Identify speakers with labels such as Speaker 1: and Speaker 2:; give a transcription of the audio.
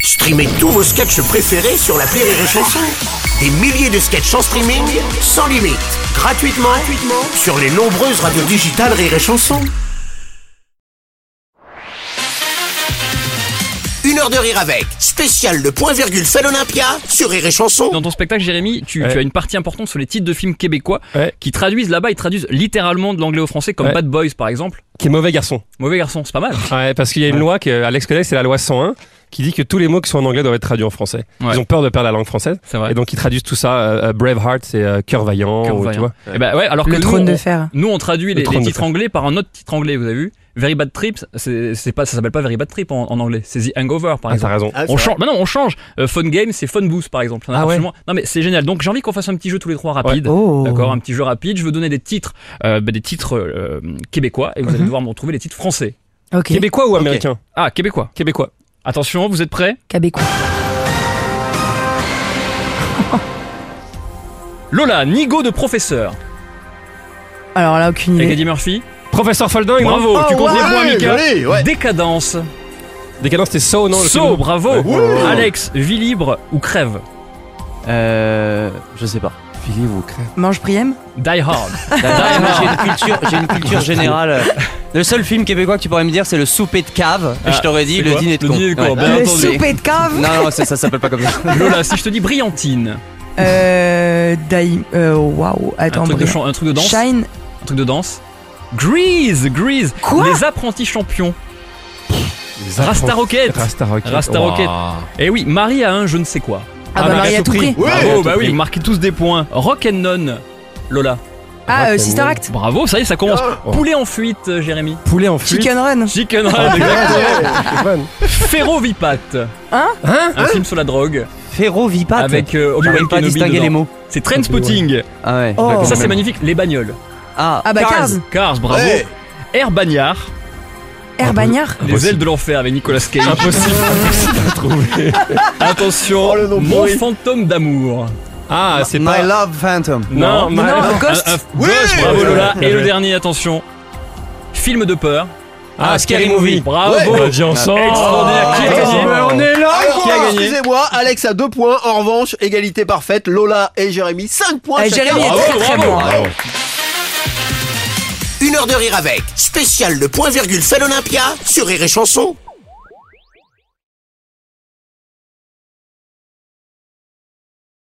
Speaker 1: Streamez tous vos sketchs préférés sur la Rire et Chanson. Des milliers de sketchs en streaming, sans limite, gratuitement, gratuitement sur les nombreuses radios digitales Rire et Chanson. Une heure de rire avec, spécial le point virgule fait l'Olympia sur Rire et Chanson.
Speaker 2: Dans ton spectacle, Jérémy, tu,
Speaker 3: Ouais.
Speaker 2: tu as une partie importante sur les titres de films québécois
Speaker 3: Ouais.
Speaker 2: qui traduisent là-bas, ils traduisent littéralement de l'anglais au français, comme
Speaker 3: Ouais.
Speaker 2: Bad Boys par exemple.
Speaker 3: Qui est mauvais garçon.
Speaker 2: Mauvais garçon, c'est pas mal.
Speaker 3: Ouais, parce qu'il y a une loi que Alex connaît, c'est la loi 101, qui dit que tous les mots qui sont en anglais doivent être traduits en français.
Speaker 2: Ouais.
Speaker 3: Ils ont peur de perdre la langue française.
Speaker 2: C'est vrai.
Speaker 3: Et donc ils traduisent tout ça. euh, euh, Braveheart, c'est euh, cœur vaillant.
Speaker 2: Cœur
Speaker 3: ou- tu
Speaker 2: vaillant.
Speaker 3: vois.
Speaker 2: Eh ben ouais, alors que
Speaker 4: Le
Speaker 2: nous,
Speaker 4: trône
Speaker 2: on-
Speaker 4: de fer.
Speaker 2: Nous, on traduit les, les
Speaker 3: trône de
Speaker 2: titres
Speaker 3: fer.
Speaker 2: anglais par un autre titre anglais, vous avez vu Very Bad Trips, c'est c'est pas, ça s'appelle pas Very Bad Trip en, en anglais, c'est The Hangover par
Speaker 3: Ah, t'as
Speaker 2: exemple.
Speaker 3: raison.
Speaker 2: on change, bah non, on change. Euh, fun Game, c'est Fun Boost par exemple. Ça n'a
Speaker 3: Ah ouais.
Speaker 2: absolument- Non mais c'est génial. Donc j'ai envie qu'on fasse un petit jeu tous les trois rapide.
Speaker 4: Oh.
Speaker 2: D'accord, un petit jeu rapide. Je veux donner des titres, euh, bah, des titres euh, québécois et vous
Speaker 4: Mhm.
Speaker 2: allez devoir me retrouver les titres français.
Speaker 4: Ok.
Speaker 3: Québécois ou américain
Speaker 2: Ah, québécois.
Speaker 3: Québécois.
Speaker 2: Attention, vous êtes prêts
Speaker 4: Québécois.
Speaker 2: Lola, Nigo de professeur.
Speaker 4: Alors là, aucune idée.
Speaker 2: Eddie Murphy.
Speaker 3: Professeur Folding, non
Speaker 2: Bravo, tu comptes les points, Mika.
Speaker 5: joli, ouais.
Speaker 2: Décadence.
Speaker 3: Décadence, c'était So, non le
Speaker 2: So,
Speaker 3: film
Speaker 2: bravo.
Speaker 5: Ouais.
Speaker 2: Alex, vie libre ou crève.
Speaker 6: Euh, je sais pas.
Speaker 3: Philippe ou crème.
Speaker 4: Mange Priem
Speaker 2: Die Hard.
Speaker 6: Moi, J'ai une culture, j'ai une culture générale. Le seul film québécois que tu pourrais me dire, c'est le souper de cave. Et
Speaker 2: Ah,
Speaker 6: je t'aurais dit
Speaker 2: c'est
Speaker 6: le
Speaker 2: quoi
Speaker 6: dîner de
Speaker 2: Le
Speaker 6: con.
Speaker 2: dîner de con, ben.
Speaker 6: Ouais.
Speaker 2: bien
Speaker 4: Le
Speaker 2: Bah, entendu.
Speaker 4: souper de cave
Speaker 6: Non, non, ça, ça s'appelle pas comme ça.
Speaker 2: Lola, si je te dis brillantine,
Speaker 4: Euh. Daï. Euh. Waouh.
Speaker 2: un
Speaker 4: Attends,
Speaker 2: truc, de
Speaker 4: Brian.
Speaker 2: chan- un truc de danse,
Speaker 4: Shine.
Speaker 2: un truc de danse. Grease, Grease,
Speaker 4: Quoi
Speaker 2: les apprentis champions,
Speaker 3: Les
Speaker 2: Rasta
Speaker 3: Afro-
Speaker 2: Rocket,
Speaker 3: Rasta Rocket.
Speaker 2: Rasta
Speaker 3: Wow.
Speaker 2: Rocket. Et oui, Marie a un je ne sais quoi.
Speaker 4: Ah bah, Maria tout pris.
Speaker 3: Ouais.
Speaker 2: Bravo, bah
Speaker 3: Tout
Speaker 2: oui,
Speaker 3: pris.
Speaker 2: marquez tous des points. Rock and Non, Lola.
Speaker 4: Ah, euh,
Speaker 3: Rock and
Speaker 4: Sister
Speaker 3: roll.
Speaker 4: Act.
Speaker 2: Bravo, ça y est, ça commence. Poulet en fuite, euh, Jérémy.
Speaker 3: Poulet en fuite.
Speaker 4: Chicken Run.
Speaker 2: Chicken Run, exactement.
Speaker 3: C'est fun.
Speaker 2: Ferrovipat.
Speaker 4: Hein
Speaker 3: Hein
Speaker 2: Un film sur la drogue
Speaker 6: Ferrovipat.
Speaker 2: avec euh,
Speaker 6: je
Speaker 2: Obi-Wan
Speaker 6: même Ah, pas
Speaker 2: Kenobi
Speaker 6: distinguer
Speaker 2: dedans.
Speaker 6: les mots.
Speaker 2: C'est Trainspotting.
Speaker 6: Ah ouais.
Speaker 4: Oh.
Speaker 6: d'accord.
Speaker 2: Ça, c'est magnifique. Les bagnoles.
Speaker 6: Ah,
Speaker 4: Ah bah, Cars.
Speaker 2: Cars, bravo.
Speaker 5: Ouais.
Speaker 2: Air Bagnard.
Speaker 4: Air Bagnard. Euh,
Speaker 2: Les ailes de l'enfer avec Nicolas Cage.
Speaker 3: Impossible. Impossible à trouver.
Speaker 2: Attention,
Speaker 5: Oh, le nom
Speaker 2: mon
Speaker 5: pourri.
Speaker 2: fantôme d'amour.
Speaker 3: Ah, c'est
Speaker 6: My
Speaker 3: pas.
Speaker 6: Love Phantom.
Speaker 2: Non,
Speaker 3: Non,
Speaker 2: un-
Speaker 4: non,
Speaker 2: un-
Speaker 4: Ghost.
Speaker 2: un-
Speaker 5: Oui.
Speaker 2: Ghost, bravo
Speaker 3: Ouais,
Speaker 2: Lola.
Speaker 3: ouais,
Speaker 2: Et le
Speaker 3: ouais.
Speaker 2: dernier, attention, film de peur.
Speaker 3: Ah, Scary Movie.
Speaker 2: Bravo.
Speaker 3: On l'a dit ensemble.
Speaker 6: Ah,
Speaker 2: Extraordinaire. Qui a gagné
Speaker 3: Mais on est là.
Speaker 5: Alors,
Speaker 2: Qui a gagné
Speaker 5: excusez-moi, Alex a 2 points. En revanche, égalité parfaite. Lola et Jérémy, 5 points.
Speaker 4: Eh,
Speaker 5: chacun.
Speaker 4: Jérémy est
Speaker 2: Ah,
Speaker 4: très
Speaker 5: Bravo.
Speaker 4: très bon. hein.
Speaker 1: Une heure de rire avec, spécial le point virgule fait l'Olympia sur Rire et Chanson.